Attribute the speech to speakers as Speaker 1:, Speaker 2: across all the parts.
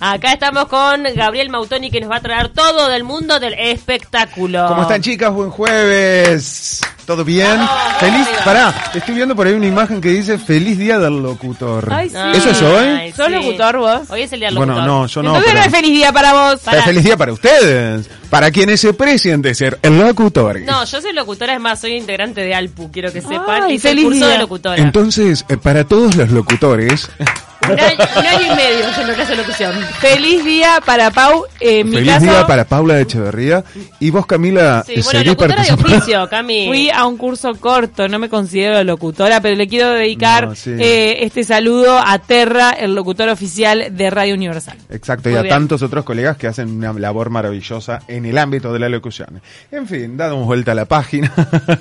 Speaker 1: Acá estamos con Gabriel Mautoni que nos va a traer todo del mundo del espectáculo.
Speaker 2: ¿Cómo están chicas? Buen jueves. ¿Todo bien?
Speaker 1: Vamos,
Speaker 2: feliz,
Speaker 1: arriba.
Speaker 2: pará, estoy viendo por ahí una imagen que dice Feliz Día del Locutor.
Speaker 3: Ay, sí.
Speaker 2: ¿Eso es hoy?
Speaker 1: Ay,
Speaker 3: ¿Sos locutor vos?
Speaker 1: Hoy es el día del
Speaker 2: Bueno,
Speaker 1: locutor.
Speaker 2: no, yo no.
Speaker 3: Entonces
Speaker 2: pero-
Speaker 3: no es feliz día para vos.
Speaker 1: Pará.
Speaker 2: pero feliz día para ustedes, para quienes se precien de ser locutores.
Speaker 1: No, yo soy locutora, es más, soy integrante de Alpu, quiero que sepan.
Speaker 3: Ay,
Speaker 1: y hice el
Speaker 3: feliz
Speaker 1: curso
Speaker 3: día.
Speaker 1: de locutora.
Speaker 2: Entonces, eh, para todos los locutores,
Speaker 1: Un, año, un año y medio yo lo que hace locución.
Speaker 3: Feliz día para Pau. eh, en mi
Speaker 2: feliz
Speaker 3: caso,
Speaker 2: día para Paula Echeverría y vos Camila
Speaker 1: Sí, bueno,
Speaker 2: seguí
Speaker 1: locutora de
Speaker 2: participando.
Speaker 1: oficio, Cami.
Speaker 3: fui a un curso corto, no me considero locutora, pero le quiero dedicar
Speaker 2: No, sí.
Speaker 3: eh, este saludo a Terra, el locutor oficial de Radio Universal.
Speaker 2: Exacto, y
Speaker 1: Muy
Speaker 2: a
Speaker 1: bien.
Speaker 2: tantos otros colegas que hacen una labor maravillosa en el ámbito de la locución. En fin, damos vuelta a la página.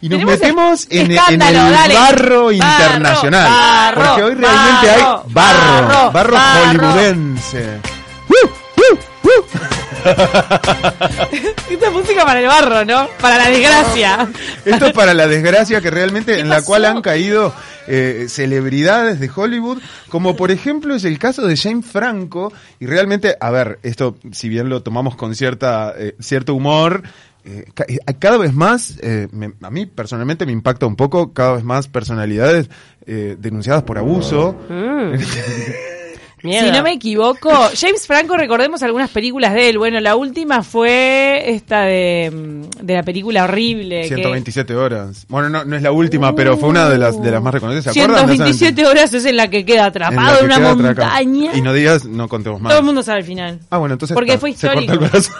Speaker 2: y nos
Speaker 3: Tenemos
Speaker 2: metemos
Speaker 3: el-
Speaker 2: en, en el
Speaker 3: escándalo, dale.
Speaker 2: barro
Speaker 3: Barro,
Speaker 2: internacional.
Speaker 3: barro,
Speaker 2: porque hoy realmente
Speaker 3: barro,
Speaker 2: hay barro, barro,
Speaker 3: barro, barro.
Speaker 2: hollywoodense. ¡Uh, uh, uh!
Speaker 3: Esta música para el barro, ¿no? Para la desgracia.
Speaker 2: Esto es para la desgracia que realmente en la
Speaker 3: pasó?
Speaker 2: cual han caído eh, celebridades de Hollywood, como por ejemplo es el caso de Jane Franco. Y realmente, a ver, esto, si bien lo tomamos con cierta eh, cierto humor, eh, ca- eh, cada vez más, eh, me- a mí personalmente me impacta un poco, cada vez más personalidades eh, denunciadas por abuso.
Speaker 1: Mm. Miedo.
Speaker 3: Si no me equivoco, James Franco, recordemos algunas películas de él. Bueno, la última fue esta de, mm, de la película horrible. que-
Speaker 2: 127 horas. Bueno, no, no es la última, pero fue una de las, de las más reconocidas. ¿Se acuerdan? de esa?
Speaker 3: 127 horas es en la que queda
Speaker 2: En la
Speaker 3: atrapado en,
Speaker 2: que
Speaker 3: una
Speaker 2: queda atracado.
Speaker 3: montaña.
Speaker 2: Y no digas, no contemos más.
Speaker 3: Todo el mundo sabe el final.
Speaker 2: Ah, bueno, entonces
Speaker 3: Porque
Speaker 2: está,
Speaker 3: fue
Speaker 2: se cortó
Speaker 3: histórico.
Speaker 2: el brazo.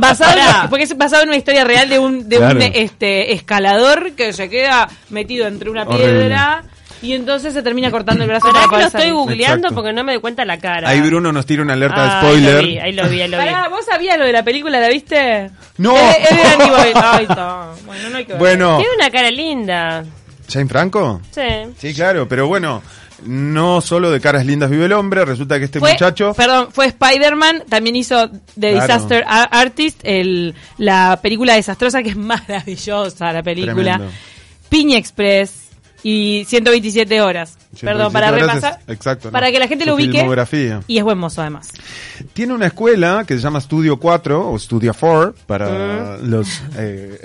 Speaker 3: Basado en una- porque es basado en una historia real de un, de
Speaker 2: Claro.
Speaker 3: un este, escalador que se queda metido entre una
Speaker 2: Horrible.
Speaker 3: piedra y entonces se termina cortando el brazo
Speaker 1: Pará
Speaker 3: para
Speaker 1: que lo
Speaker 3: poder
Speaker 1: estoy
Speaker 3: salir.
Speaker 1: googleando
Speaker 2: Exacto.
Speaker 1: porque no me doy cuenta la cara.
Speaker 2: Ahí Bruno nos tira una alerta
Speaker 1: Ah,
Speaker 2: de spoiler.
Speaker 1: Ahí lo vi, ahí lo vi. ahí lo vi.
Speaker 3: Pará, ¿vos sabías lo de la película? ¿La viste?
Speaker 2: No.
Speaker 3: Él, él era Andy Boyd. Ay, está. Bueno, no hay que ver.
Speaker 2: Bueno,
Speaker 1: Tiene una cara linda.
Speaker 2: ¿Jane Franco?
Speaker 1: Sí.
Speaker 2: Sí, claro, pero bueno, no solo de caras lindas vive el hombre, resulta que este
Speaker 3: Fue-
Speaker 2: muchacho...
Speaker 3: Perdón, fue Spider-Man, también hizo The
Speaker 2: Claro.
Speaker 3: Disaster Ar- Artist, el, la película desastrosa que es maravillosa, la película.
Speaker 2: Tremendo.
Speaker 3: Piña Express y 127 horas.
Speaker 2: 127
Speaker 3: Perdón, para
Speaker 2: horas es-
Speaker 3: repasar.
Speaker 2: exacto, no.
Speaker 3: Para que la gente
Speaker 2: Su
Speaker 3: lo ubique.
Speaker 2: filmografía.
Speaker 3: Y es buen mozo además.
Speaker 2: Tiene una escuela que se llama Studio 4 o Studio 4 para los eh,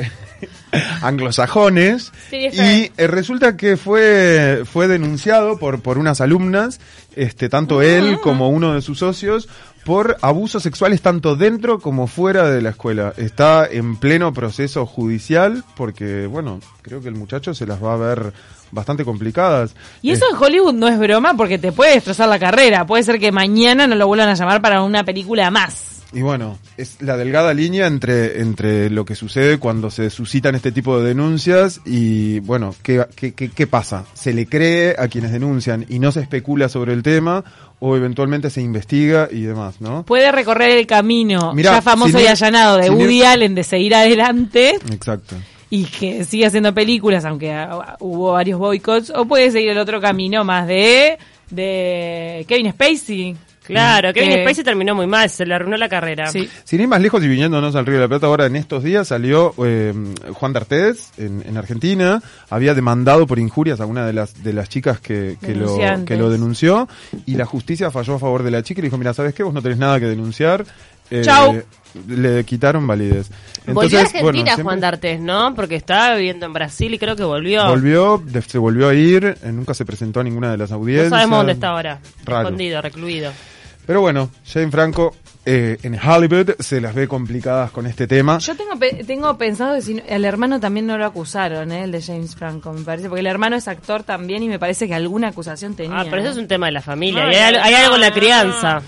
Speaker 2: anglosajones.
Speaker 1: Studio
Speaker 2: Y eh, resulta que fue, fue denunciado por, por unas alumnas, este, tanto él como uno de sus socios, por abusos sexuales tanto dentro como fuera de la escuela. Está en pleno proceso judicial porque, bueno, creo que el muchacho se las va a ver bastante complicadas.
Speaker 3: Y eso
Speaker 2: Eh.
Speaker 3: en Hollywood no es broma porque te puede destrozar la carrera. Puede ser que mañana no lo vuelvan a llamar para una película más.
Speaker 2: Y bueno, es la delgada línea entre, entre lo que sucede cuando se suscitan este tipo de denuncias y, bueno, ¿qué, qué, qué, qué pasa? ¿Se le cree a quienes denuncian y no se especula sobre el tema o eventualmente se investiga y demás, no?
Speaker 3: Puede recorrer el camino
Speaker 2: Mirá,
Speaker 3: ya famoso
Speaker 2: sin
Speaker 3: y
Speaker 2: ir-
Speaker 3: allanado de
Speaker 2: sin ir-
Speaker 3: Woody Allen de seguir adelante.
Speaker 2: Exacto.
Speaker 3: y que sigue haciendo películas, aunque ah, hubo varios boicots, o puede seguir el otro camino más de, de Kevin Spacey.
Speaker 1: Claro, Kevin
Speaker 3: Que-
Speaker 1: Spacey terminó muy mal, se le arruinó la carrera.
Speaker 3: Sí.
Speaker 2: Sin ir más lejos y viniéndonos al Río de la Plata, ahora en estos días salió eh, Juan D'Artés en, en Argentina, había demandado por injurias a una de las de las chicas que, que, lo,
Speaker 3: Denunciantes.
Speaker 2: que lo denunció y la justicia falló a favor de la chica y le dijo, mira, ¿sabes qué? Vos no tenés nada que denunciar. Eh,
Speaker 3: Chau.
Speaker 2: Le quitaron validez.
Speaker 1: volvió a Argentina
Speaker 2: bueno, siempre-
Speaker 1: Juan D'Artes, ¿no? Porque estaba viviendo en Brasil y creo que volvió.
Speaker 2: Volvió, de- se volvió a ir, eh, nunca se presentó a ninguna de las
Speaker 1: No
Speaker 2: audiencias.
Speaker 1: sabemos dónde está ahora.
Speaker 2: Raro.
Speaker 1: Escondido, recluido. Ah,
Speaker 2: Pero bueno, Jane Franco eh, en Hollywood se las ve complicadas con este tema.
Speaker 3: Yo tengo, pe- tengo pensado que si no- el hermano también no lo acusaron, ¿eh? el de James Franco, me parece, porque el hermano es actor también y me parece que alguna acusación tenía.
Speaker 1: Ah, pero eso es un tema de la familia.
Speaker 3: Ay,
Speaker 1: y hay, al- hay algo en la
Speaker 3: no.
Speaker 1: crianza.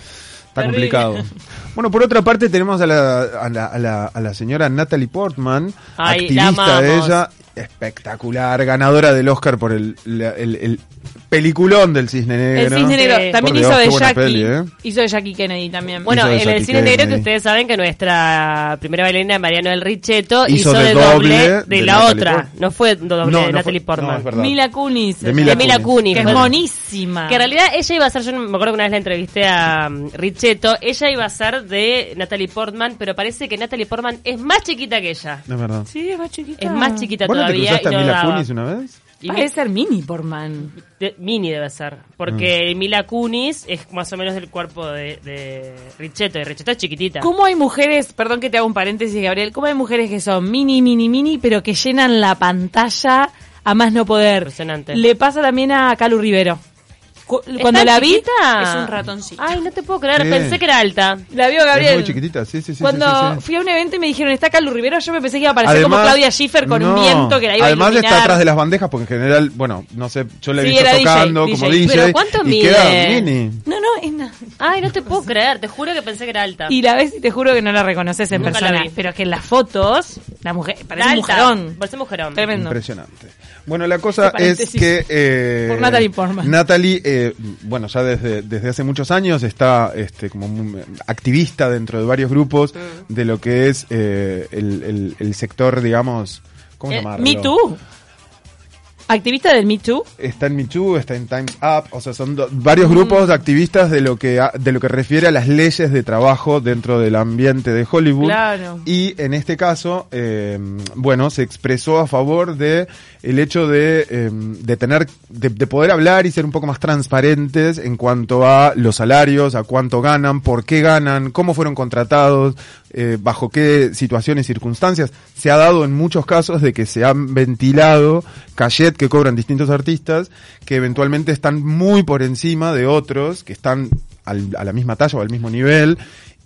Speaker 2: Está
Speaker 3: Terrible.
Speaker 2: complicado. Bueno, por otra parte tenemos a la, a la, a la, a la señora Natalie Portman,
Speaker 1: Ay, la
Speaker 2: activista de
Speaker 1: amamos.
Speaker 2: ella, espectacular, ganadora del Oscar por el, la- el, el peliculón del Cisne
Speaker 3: El
Speaker 2: Negro.
Speaker 3: Cisne Negro
Speaker 1: Sí.
Speaker 3: también
Speaker 2: Por Dios,
Speaker 3: hizo
Speaker 2: qué
Speaker 3: de
Speaker 2: buena
Speaker 3: Jackie.
Speaker 2: peli, ¿eh?
Speaker 3: Hizo de Jackie Kennedy también.
Speaker 1: Bueno,
Speaker 2: Hizo de
Speaker 1: en el
Speaker 2: Jackie
Speaker 1: cine
Speaker 2: Kennedy.
Speaker 1: negro ustedes saben que nuestra primera bailarina, Mariano del Richeto, hizo,
Speaker 2: Hizo
Speaker 1: de
Speaker 2: de
Speaker 1: doble,
Speaker 2: doble
Speaker 1: de
Speaker 2: de
Speaker 1: la
Speaker 2: Natalie
Speaker 1: otra.
Speaker 2: Portman.
Speaker 1: No fue doble
Speaker 2: No,
Speaker 1: de
Speaker 2: no
Speaker 1: Natalie
Speaker 2: fue-
Speaker 1: Portman.
Speaker 2: no, es verdad.
Speaker 3: Mila Kunis.
Speaker 2: De
Speaker 3: se
Speaker 2: Mila
Speaker 1: de
Speaker 3: llama.
Speaker 1: Mila
Speaker 2: Kunis.
Speaker 1: Kunis.
Speaker 3: Que es
Speaker 1: fue-
Speaker 3: monísima.
Speaker 1: Que en realidad ella iba a ser, yo no- me acuerdo que una vez la entrevisté a um, Richetto, ella iba a ser de Natalie Portman, pero parece que Natalie Portman es más chiquita que ella.
Speaker 2: Es verdad.
Speaker 3: Sí, es más chiquita. Ah.
Speaker 1: Es más chiquita
Speaker 2: ¿Vos no te
Speaker 1: todavía.
Speaker 2: cruzaste
Speaker 1: y
Speaker 2: a
Speaker 1: no
Speaker 2: Mila
Speaker 1: daba.
Speaker 2: Kunis una vez?
Speaker 1: Y
Speaker 3: Puede
Speaker 1: mi-
Speaker 3: ser mini Portman.
Speaker 1: de- mini debe ser. Porque
Speaker 2: Ah.
Speaker 1: Mila Kunis es más o menos del cuerpo de, de Richetto. Y Richetto es chiquitita.
Speaker 3: ¿Cómo hay mujeres, perdón que te hago un paréntesis, Gabriel, cómo hay mujeres que son mini, mini, mini, pero que llenan la pantalla a más no poder?
Speaker 1: Impresionante.
Speaker 3: Le pasa también a Calu Rivero. Cu- Cuando
Speaker 1: tan
Speaker 3: la vi, Ah,
Speaker 1: chiquita?
Speaker 4: Es un ratoncito.
Speaker 1: Ay, no te puedo creer.
Speaker 2: Sí.
Speaker 1: Pensé que era alta.
Speaker 3: la vio Gabriel.
Speaker 2: Es muy chiquitita, sí, sí, sí.
Speaker 3: Cuando
Speaker 2: sí, sí, sí.
Speaker 3: fui a un evento y me dijeron, está Calu Rivero, yo me pensé que iba a aparecer como
Speaker 2: Además-
Speaker 3: Claudia Schiffer con un
Speaker 2: no,
Speaker 3: viento que la iba
Speaker 2: Además
Speaker 3: a iluminar.
Speaker 2: está atrás de las bandejas porque en general, bueno, no sé, yo la he
Speaker 3: Sí,
Speaker 2: visto
Speaker 3: era DJ,
Speaker 2: tocando como
Speaker 3: DJ.
Speaker 2: DJ.
Speaker 1: Pero ¿cuánto
Speaker 2: y
Speaker 1: mide?
Speaker 2: queda mini.
Speaker 3: No, no, es nada.
Speaker 1: Ay, no te puedo creer. Te juro que pensé que era alta.
Speaker 3: Y la ves y te juro que no la reconoces en
Speaker 1: Nunca la
Speaker 3: persona.
Speaker 1: vi.
Speaker 3: Pero que en las fotos, la mujer parece
Speaker 1: Era
Speaker 3: un
Speaker 1: alta.
Speaker 3: mujerón.
Speaker 1: Parece mujerón.
Speaker 3: Tremendo.
Speaker 2: Impresionante. Bueno, la cosa
Speaker 3: Este
Speaker 2: es
Speaker 3: paréntesis
Speaker 2: que... eh,
Speaker 3: por Natalie Portman.
Speaker 2: Natalie, eh, bueno, ya desde, desde hace muchos años está este, como muy, eh, activista dentro de varios grupos
Speaker 3: Mm.
Speaker 2: de lo que es eh, el, el- el sector, digamos... ¿Cómo
Speaker 1: Eh,
Speaker 2: llamarlo?
Speaker 3: Me Too. Activista del Me Too.
Speaker 2: Está en Me Too, está en Times Up, o sea, son do-
Speaker 3: Mm.
Speaker 2: varios grupos activistas de lo que ha- de lo que refiere a las leyes de trabajo dentro del ambiente de Hollywood.
Speaker 3: Claro.
Speaker 2: Y en este caso, eh, bueno, se expresó a favor de el hecho de, eh, de tener, de, de poder hablar y ser un poco más transparentes en cuanto a los salarios, a cuánto ganan, por qué ganan, cómo fueron contratados, eh, bajo qué situaciones y circunstancias. Se ha dado en muchos casos de que se han ventilado cachet que cobran distintos artistas, que eventualmente están muy por encima de otros, que están al- a la misma talla o al mismo nivel,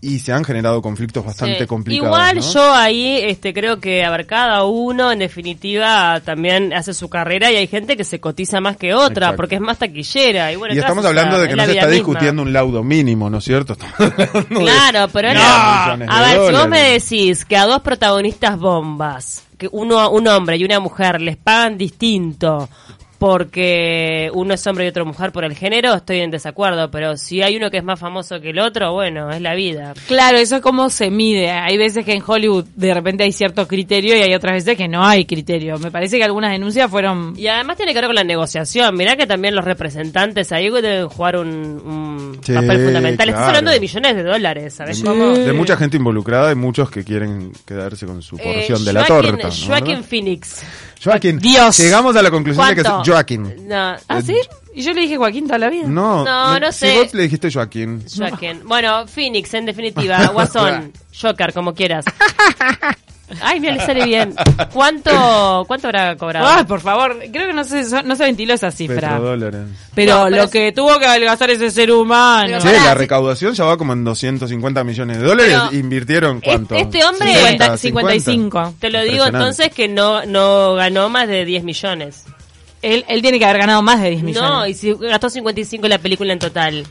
Speaker 2: y se han generado conflictos bastante
Speaker 1: Sí.
Speaker 2: complicados.
Speaker 1: Igual
Speaker 2: ¿no?
Speaker 1: yo ahí este, creo que a ver, cada uno en definitiva también hace su carrera y hay gente que se cotiza más que otra
Speaker 2: Exacto.
Speaker 1: porque es más taquillera. Y, bueno,
Speaker 2: y
Speaker 1: ¿qué
Speaker 2: estamos
Speaker 1: haces? O
Speaker 2: hablando
Speaker 1: sea,
Speaker 2: de que
Speaker 1: es
Speaker 2: no
Speaker 1: la
Speaker 2: se
Speaker 1: vida
Speaker 2: está
Speaker 1: misma.
Speaker 2: discutiendo un laudo mínimo, ¿no es cierto? Estamos hablando de
Speaker 1: Claro, pero
Speaker 2: miles
Speaker 1: era-
Speaker 2: de millones
Speaker 1: a
Speaker 2: de
Speaker 1: ver, si vos
Speaker 2: dólares.
Speaker 1: me decís que a dos protagonistas bombas, que uno un hombre y una mujer les pagan distinto porque uno es hombre y otro mujer por el género, estoy en desacuerdo, pero si hay uno que es más famoso que el otro, bueno, es la vida.
Speaker 3: Claro, eso es como se mide. Hay veces que en Hollywood de repente hay cierto criterio y hay otras veces que no hay criterio. Me parece que algunas denuncias fueron...
Speaker 1: Y además tiene que ver con la negociación. Mirá que también los representantes ahí deben jugar un, un
Speaker 2: Sí,
Speaker 1: papel fundamental. Estás
Speaker 2: claro. Mm.
Speaker 1: hablando de millones de dólares, ¿sabes?
Speaker 2: De-
Speaker 1: cómo?
Speaker 2: De mucha gente involucrada y muchos que quieren quedarse con su
Speaker 1: Eh,
Speaker 2: porción de la
Speaker 1: Joaquin-
Speaker 2: torta. ¿no?
Speaker 1: Joaquin Phoenix.
Speaker 2: Joaquín.
Speaker 3: Dios.
Speaker 2: Llegamos a la conclusión de que es
Speaker 1: ¿Cuánto?
Speaker 2: Joaquín.
Speaker 1: No,
Speaker 3: ¿Ah, sí? Y yo le dije Joaquín toda la vida.
Speaker 2: No,
Speaker 1: No,
Speaker 2: me-
Speaker 1: no
Speaker 2: si
Speaker 1: sé.
Speaker 2: vos le dijiste Joaquín.
Speaker 1: Joaquin. Bueno, Phoenix, en definitiva. Guasón, Joker, como quieras. Ay, mira, le sale bien. ¿Cuánto, cuánto habrá cobrado?
Speaker 2: Ah,
Speaker 3: Ay, Ah, por favor, creo que no se, no se ventiló esa cifra. Pero,
Speaker 2: Petrodólares.
Speaker 1: No, pero
Speaker 3: lo que tuvo que adelgazar ese ser humano...
Speaker 2: Che, la recaudación ya va como en 250 millones de dólares. ¿Invirtieron cuánto?
Speaker 1: este hombre-
Speaker 2: 50,
Speaker 3: 55.
Speaker 1: Te lo digo
Speaker 2: Impresionante.
Speaker 1: entonces que no, no ganó más de 10 millones.
Speaker 3: Él, él tiene que haber ganado más de 10 millones.
Speaker 1: No, y si gastó 55 la película en total.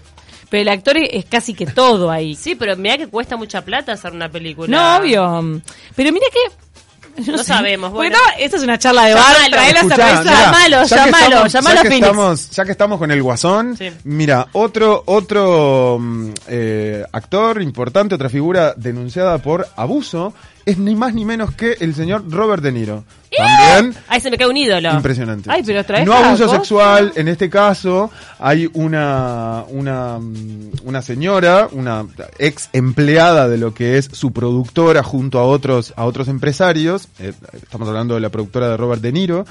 Speaker 3: Pero el actor es casi que todo ahí.
Speaker 1: Sí, pero mira que cuesta mucha plata hacer una película.
Speaker 3: No, obvio. Pero mira que... yo
Speaker 1: No sabemos,
Speaker 3: Porque
Speaker 1: bueno.
Speaker 3: estaba- esta es una charla de bar,
Speaker 1: Llamalo.
Speaker 3: trae la
Speaker 2: Escuchá,
Speaker 3: cerveza.
Speaker 2: mirá,
Speaker 1: llamalo,
Speaker 2: ya que
Speaker 1: llamalo,
Speaker 2: estamos-
Speaker 1: llamalo
Speaker 2: ya
Speaker 1: a
Speaker 2: que
Speaker 1: Phoenix.
Speaker 2: estamos, ya que estamos con el Guasón,
Speaker 1: Sí.
Speaker 2: mira, otro, otro mm, eh, actor importante, otra figura denunciada por abuso, es ni más ni menos que el señor Robert De Niro.
Speaker 1: ¡Eh!
Speaker 2: También
Speaker 1: Ahí se me cae un ídolo.
Speaker 2: impresionante.
Speaker 3: Ay, pero traes
Speaker 2: no abuso
Speaker 3: cada cosa.
Speaker 2: sexual, en este caso hay una, una, mm, una señora, una ex empleada de lo que es su productora junto a otros, a otros empresarios, eh, estamos hablando de la productora de Robert De Niro,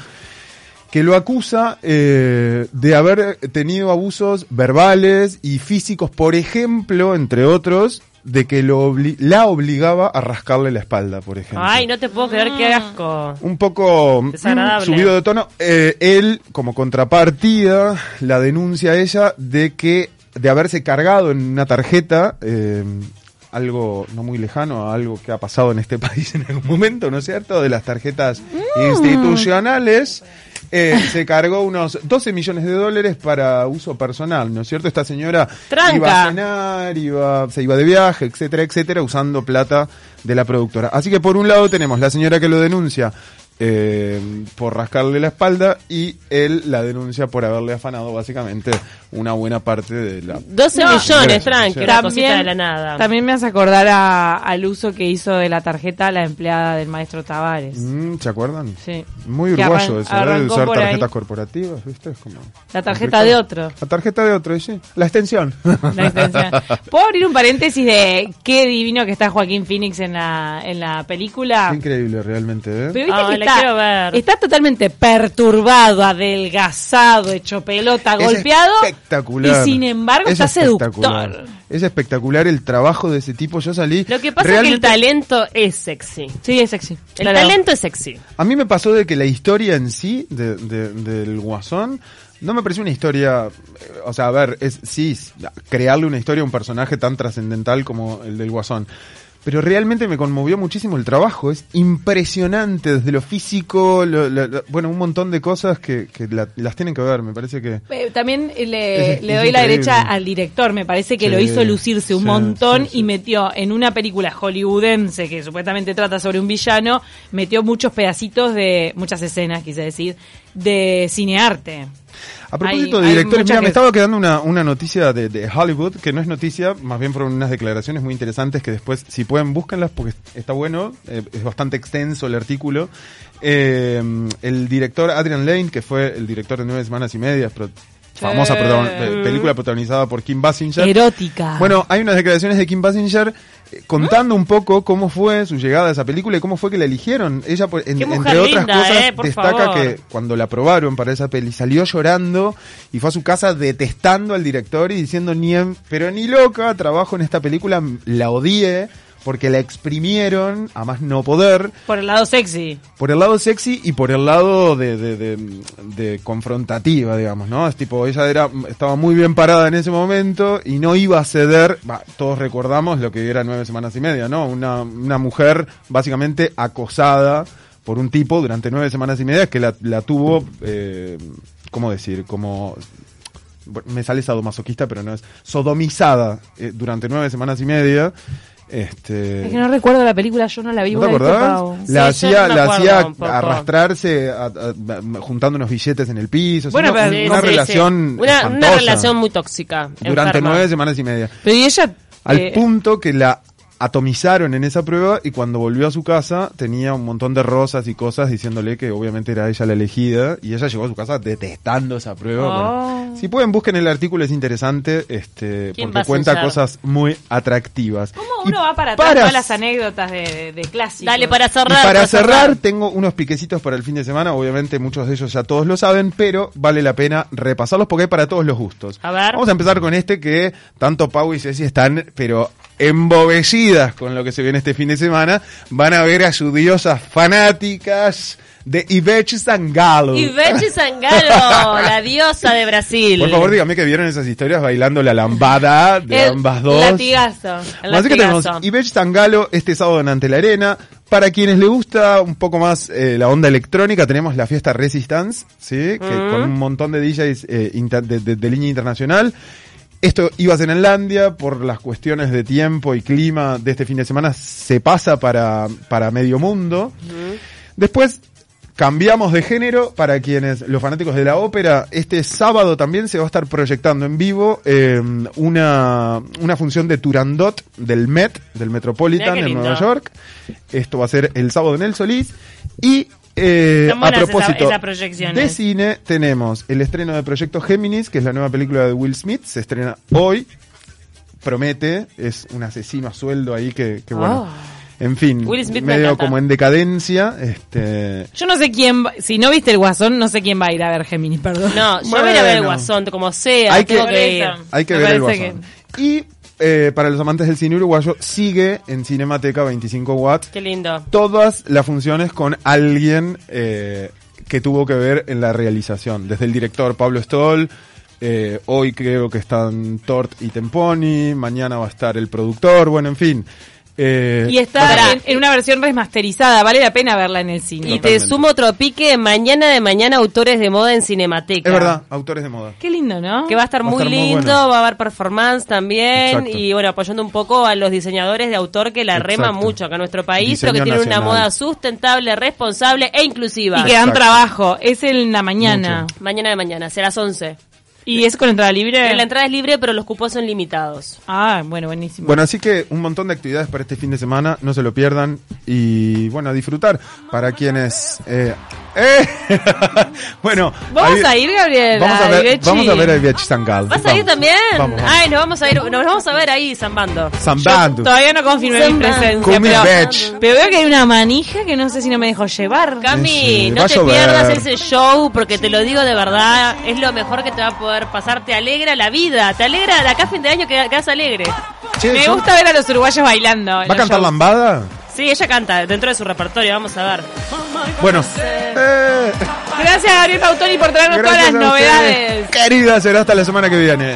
Speaker 2: que lo acusa eh, de haber tenido abusos verbales y físicos, por ejemplo, entre otros, de que lo obli- la obligaba a rascarle la espalda, por ejemplo
Speaker 1: Ay, no te puedo creer, qué asco.
Speaker 2: un poco
Speaker 1: Desagradable.
Speaker 2: mm, subido de tono. Eh, él, como contrapartida, la denuncia a ella de que de haberse cargado en una tarjeta eh, algo no muy lejano a algo que ha pasado en este país en algún momento, ¿no es cierto? De las tarjetas
Speaker 1: Mm.
Speaker 2: institucionales. eh, se cargó unos 12 millones de dólares para uso personal, ¿no es cierto? Esta señora
Speaker 1: Tranca.
Speaker 2: iba a cenar, iba, se iba de viaje, etcétera, etcétera, usando plata de la productora. Así que por un lado tenemos la señora que lo denuncia eh, por rascarle la espalda y él la denuncia por haberle afanado básicamente una buena parte de la...
Speaker 1: 12
Speaker 3: No,
Speaker 1: millones,
Speaker 2: gracias,
Speaker 1: tranqui,
Speaker 2: sí.
Speaker 1: una cosita de la nada.
Speaker 3: También me hace acordar a- al uso que hizo de la tarjeta la empleada del maestro Tavares.
Speaker 2: Mm, ¿Se acuerdan?
Speaker 3: Sí.
Speaker 2: Muy
Speaker 3: Que
Speaker 2: uruguayo eso,
Speaker 3: arran-
Speaker 2: ¿eh? de
Speaker 3: arrancó
Speaker 2: usar
Speaker 3: por ahí.
Speaker 2: tarjetas corporativas, ¿viste? Es como
Speaker 3: La tarjeta de otro.
Speaker 2: La tarjeta de otro, sí. La extensión.
Speaker 3: La extensión. ¿Puedo abrir un paréntesis de qué divino que está Joaquín Phoenix en la, en la película?
Speaker 2: Increíble realmente, ¿eh?
Speaker 3: Pero viste
Speaker 1: Ah,
Speaker 3: que
Speaker 1: la quiero ver.
Speaker 3: está totalmente perturbado, adelgazado, hecho pelota,
Speaker 2: Es
Speaker 3: golpeado.
Speaker 2: espectacular.
Speaker 3: Y sin embargo
Speaker 2: Es
Speaker 3: está
Speaker 2: espectacular.
Speaker 3: seductor.
Speaker 2: Es espectacular el trabajo de ese tipo. Yo salí.
Speaker 1: Lo que pasa es que
Speaker 2: realmente-
Speaker 1: el talento es sexy.
Speaker 3: Sí, es sexy.
Speaker 1: El
Speaker 3: Claro.
Speaker 1: talento es sexy.
Speaker 2: A mí me pasó de que la historia en sí de- de- del Guasón no me pareció una historia. eh, O sea, a ver, es, sí, s- crearle una historia a un personaje tan trascendental como el del Guasón. Pero realmente me conmovió muchísimo el trabajo. Es impresionante desde lo físico, lo- lo- lo- bueno, un montón de cosas que, que la- las tienen que ver. Me parece que.
Speaker 3: Eh, también le,
Speaker 2: Es-
Speaker 3: le
Speaker 2: es
Speaker 3: doy la
Speaker 2: increíble.
Speaker 3: derecha al director, me parece que
Speaker 2: Sí,
Speaker 3: lo hizo lucirse un
Speaker 2: sí,
Speaker 3: montón
Speaker 2: sí, sí.
Speaker 3: y metió en una película hollywoodense que supuestamente trata sobre un villano, metió muchos pedacitos de, muchas escenas quise decir, de cinearte.
Speaker 2: A propósito
Speaker 3: Hay-
Speaker 2: de
Speaker 3: hay
Speaker 2: directores,
Speaker 3: muchas
Speaker 2: mira, me
Speaker 3: que-
Speaker 2: estaba quedando una, una noticia de, de Hollywood, que no es noticia, más bien fueron unas declaraciones muy interesantes que después, si pueden, búsquenlas porque está bueno, eh, es bastante extenso el artículo. Eh, el director Adrian Lane, que fue el director de Nueve Semanas y Medias, pro- famosa protagon- eh, película protagonizada por Kim Basinger.
Speaker 3: Erótica.
Speaker 2: Bueno, hay unas declaraciones de Kim Basinger eh, contando un poco cómo fue su llegada a esa película y cómo fue que la eligieron. Ella, por- en-
Speaker 1: Qué mujer
Speaker 2: entre otras
Speaker 1: linda,
Speaker 2: cosas,
Speaker 1: eh, por
Speaker 2: destaca
Speaker 1: favor.
Speaker 2: que cuando la aprobaron para esa peli salió llorando y fue a su casa detestando al director y diciendo, ni en- pero ni loca, trabajo en esta película, m- la odié porque la exprimieron a más no poder
Speaker 3: por el lado sexy.
Speaker 2: por el lado sexy y por el lado de, de- de- de confrontativa, digamos, ¿no? Es tipo, ella era, estaba muy bien parada en ese momento y no iba a ceder, bah, todos recordamos lo que era nueve semanas y media, ¿no? Una, una mujer básicamente acosada por un tipo durante nueve semanas y media que la, la tuvo, eh, ¿cómo decir? Como bueno, me sale sadomasoquista, pero no es sodomizada eh, durante nueve semanas y media. Este,
Speaker 3: Es que no recuerdo la película, yo no la vi.
Speaker 2: ¿No te
Speaker 3: vos la viste,
Speaker 2: acordás?
Speaker 3: Pau.
Speaker 2: La
Speaker 1: Sí, yo
Speaker 2: hacía,
Speaker 1: no me
Speaker 2: la
Speaker 1: acuerdo
Speaker 2: hacía
Speaker 1: un poco.
Speaker 2: arrastrarse a- a- a- juntando unos billetes en el piso.
Speaker 3: Bueno,
Speaker 2: una,
Speaker 3: pero-
Speaker 2: una
Speaker 1: Sí, sí, sí.
Speaker 2: relación.
Speaker 1: Una- Una,
Speaker 2: espantosa
Speaker 1: relación muy tóxica.
Speaker 2: Durante
Speaker 1: enferma.
Speaker 2: nueve semanas y media.
Speaker 3: Pero y ella...
Speaker 2: Al
Speaker 3: eh,
Speaker 2: punto que la atomizaron en esa prueba y cuando volvió a su casa tenía un montón de rosas y cosas diciéndole que obviamente era ella la elegida y ella llegó a su casa detestando esa prueba.
Speaker 3: Oh.
Speaker 2: Bueno, si pueden busquen el artículo es interesante este
Speaker 1: ¿Quién va a
Speaker 2: porque cuenta
Speaker 1: censurar?
Speaker 2: cosas muy atractivas.
Speaker 3: ¿Cómo
Speaker 2: Y
Speaker 3: uno va para atrás
Speaker 2: para
Speaker 3: todas las anécdotas de, de, de clásicos?
Speaker 1: Dale para
Speaker 2: Y
Speaker 1: cerrar.
Speaker 2: para cerrar, tengo unos piquecitos para el fin de semana. Obviamente, muchos de ellos ya todos lo saben, pero vale la pena repasarlos porque hay para todos los gustos.
Speaker 1: A ver.
Speaker 2: Vamos a empezar con este que tanto Pau y Ceci están, pero embobecidas con lo que se viene este fin de semana. Van a ver a sus diosas fanáticas de Ivete Sangalo.
Speaker 1: Y Bechi Sangalo, la diosa de Brasil.
Speaker 2: Por favor, dígame que vieron esas historias bailando la lambada de
Speaker 3: El
Speaker 2: ambas dos.
Speaker 3: Latigazo.
Speaker 1: El
Speaker 2: Así que tenemos
Speaker 1: Eh, latigazo.
Speaker 2: Ibech Tangalo este sábado en Ante la Arena. Para quienes le gusta un poco más eh, la onda electrónica, tenemos la fiesta Resistance, ¿sí? Que con un montón de DJs eh, inter- de, de- de línea internacional. Esto iba a ser en Landia, por las cuestiones de tiempo y clima de este fin de semana, se pasa para, para medio mundo. Después cambiamos de género para quienes, los fanáticos de la ópera, este sábado también se va a estar proyectando en vivo eh, una, una función de Turandot del Met, del
Speaker 1: Mirá
Speaker 2: Metropolitan
Speaker 1: qué
Speaker 2: en
Speaker 1: lindo.
Speaker 2: Nueva York. Esto va a ser el sábado en el Solís. Y eh,
Speaker 1: Están
Speaker 2: a
Speaker 1: buenas esas-
Speaker 2: propósito
Speaker 1: esas proyecciones.
Speaker 2: de cine, tenemos el estreno de Proyecto Géminis, que es la nueva película de Will Smith, se estrena hoy. Promete, es un asesino a sueldo ahí que, que bueno. En fin,
Speaker 1: Will Smith me
Speaker 2: medio
Speaker 1: encanta.
Speaker 2: como en decadencia. Este,
Speaker 3: Yo no sé quién, va- si no viste el guasón, no sé quién va a ir a ver Géminis, perdón.
Speaker 1: No, yo voy a ir a ver el
Speaker 2: Bueno.
Speaker 1: guasón, como sea.
Speaker 2: Hay
Speaker 1: tengo
Speaker 2: que-
Speaker 1: que ir.
Speaker 3: Por eso.
Speaker 2: Hay que
Speaker 3: Me
Speaker 2: ver el
Speaker 3: parece
Speaker 2: guasón. Y eh, para los amantes del cine uruguayo, sigue en Cinemateca 25 Watts
Speaker 1: Qué lindo.
Speaker 2: todas las funciones con alguien eh, que tuvo que ver en la realización. Desde el director Pablo Stoll, eh, hoy creo que están Tort y Temponi, mañana va a estar el productor, bueno, en fin. Eh,
Speaker 3: Y
Speaker 1: Pará.
Speaker 3: está en, en una versión remasterizada, vale la pena verla en el cine.
Speaker 1: Y te
Speaker 2: Totalmente.
Speaker 1: sumo otro pique, mañana de mañana autores de moda en Cinemateca.
Speaker 2: es verdad, autores de moda.
Speaker 3: Qué lindo, ¿no?
Speaker 1: Que va a estar
Speaker 2: Va a
Speaker 1: muy
Speaker 2: estar muy
Speaker 1: lindo,
Speaker 2: bueno.
Speaker 1: va a haber performance también
Speaker 2: Exacto.
Speaker 1: y bueno, apoyando un poco a los diseñadores de autor que la reman
Speaker 2: Exacto.
Speaker 1: mucho acá en nuestro país, pero que
Speaker 2: Diseño
Speaker 1: tienen una
Speaker 2: nacional.
Speaker 1: moda sustentable, responsable e inclusiva.
Speaker 3: y que dan
Speaker 2: Exacto.
Speaker 3: trabajo, es en la mañana.
Speaker 2: Mucho.
Speaker 1: Mañana de mañana, será las 11.
Speaker 3: Y es con entrada libre.
Speaker 1: La entrada es libre, pero los cupos son limitados.
Speaker 3: Ah, bueno, buenísimo.
Speaker 2: Bueno, así que un montón de actividades para este fin de semana, no se lo pierdan y bueno, a disfrutar para quienes eh, ¡Eh! bueno.
Speaker 3: ¿Vamos
Speaker 2: ahí-
Speaker 3: a ir, Gabriel?
Speaker 2: Vamos a
Speaker 3: Ay,
Speaker 2: ver,
Speaker 3: Bechi.
Speaker 2: vamos a ver el Viachistangal.
Speaker 1: ¿Vas a ir también?
Speaker 2: Vamos, vamos.
Speaker 1: Ay, nos vamos a ir, nos vamos a ver ahí zambando.
Speaker 2: Zambando.
Speaker 3: Todavía no confirmé mi
Speaker 1: Sembra.
Speaker 3: presencia,
Speaker 2: Come
Speaker 3: pero,
Speaker 2: bitch.
Speaker 3: pero veo que hay una manija que no sé si no me dejó llevar.
Speaker 1: Cami,
Speaker 2: Sí, va
Speaker 1: no
Speaker 2: a
Speaker 1: te
Speaker 2: llover.
Speaker 1: pierdas ese show porque te lo digo de verdad, es lo mejor que te va a poder pasar, te alegra la vida, te alegra de acá a fin de año que quedas alegre.
Speaker 2: Che,
Speaker 3: me
Speaker 2: yo-
Speaker 3: gusta ver a los uruguayos bailando.
Speaker 2: ¿Va a cantar Lambada?
Speaker 1: Sí, ella canta dentro de su repertorio, vamos a ver.
Speaker 2: Bueno. Eh,
Speaker 3: Gracias, Gabriel Pautoni, por traernos
Speaker 2: gracias
Speaker 3: todas las
Speaker 2: a ustedes.
Speaker 3: novedades.
Speaker 2: Querida, será hasta la semana que viene.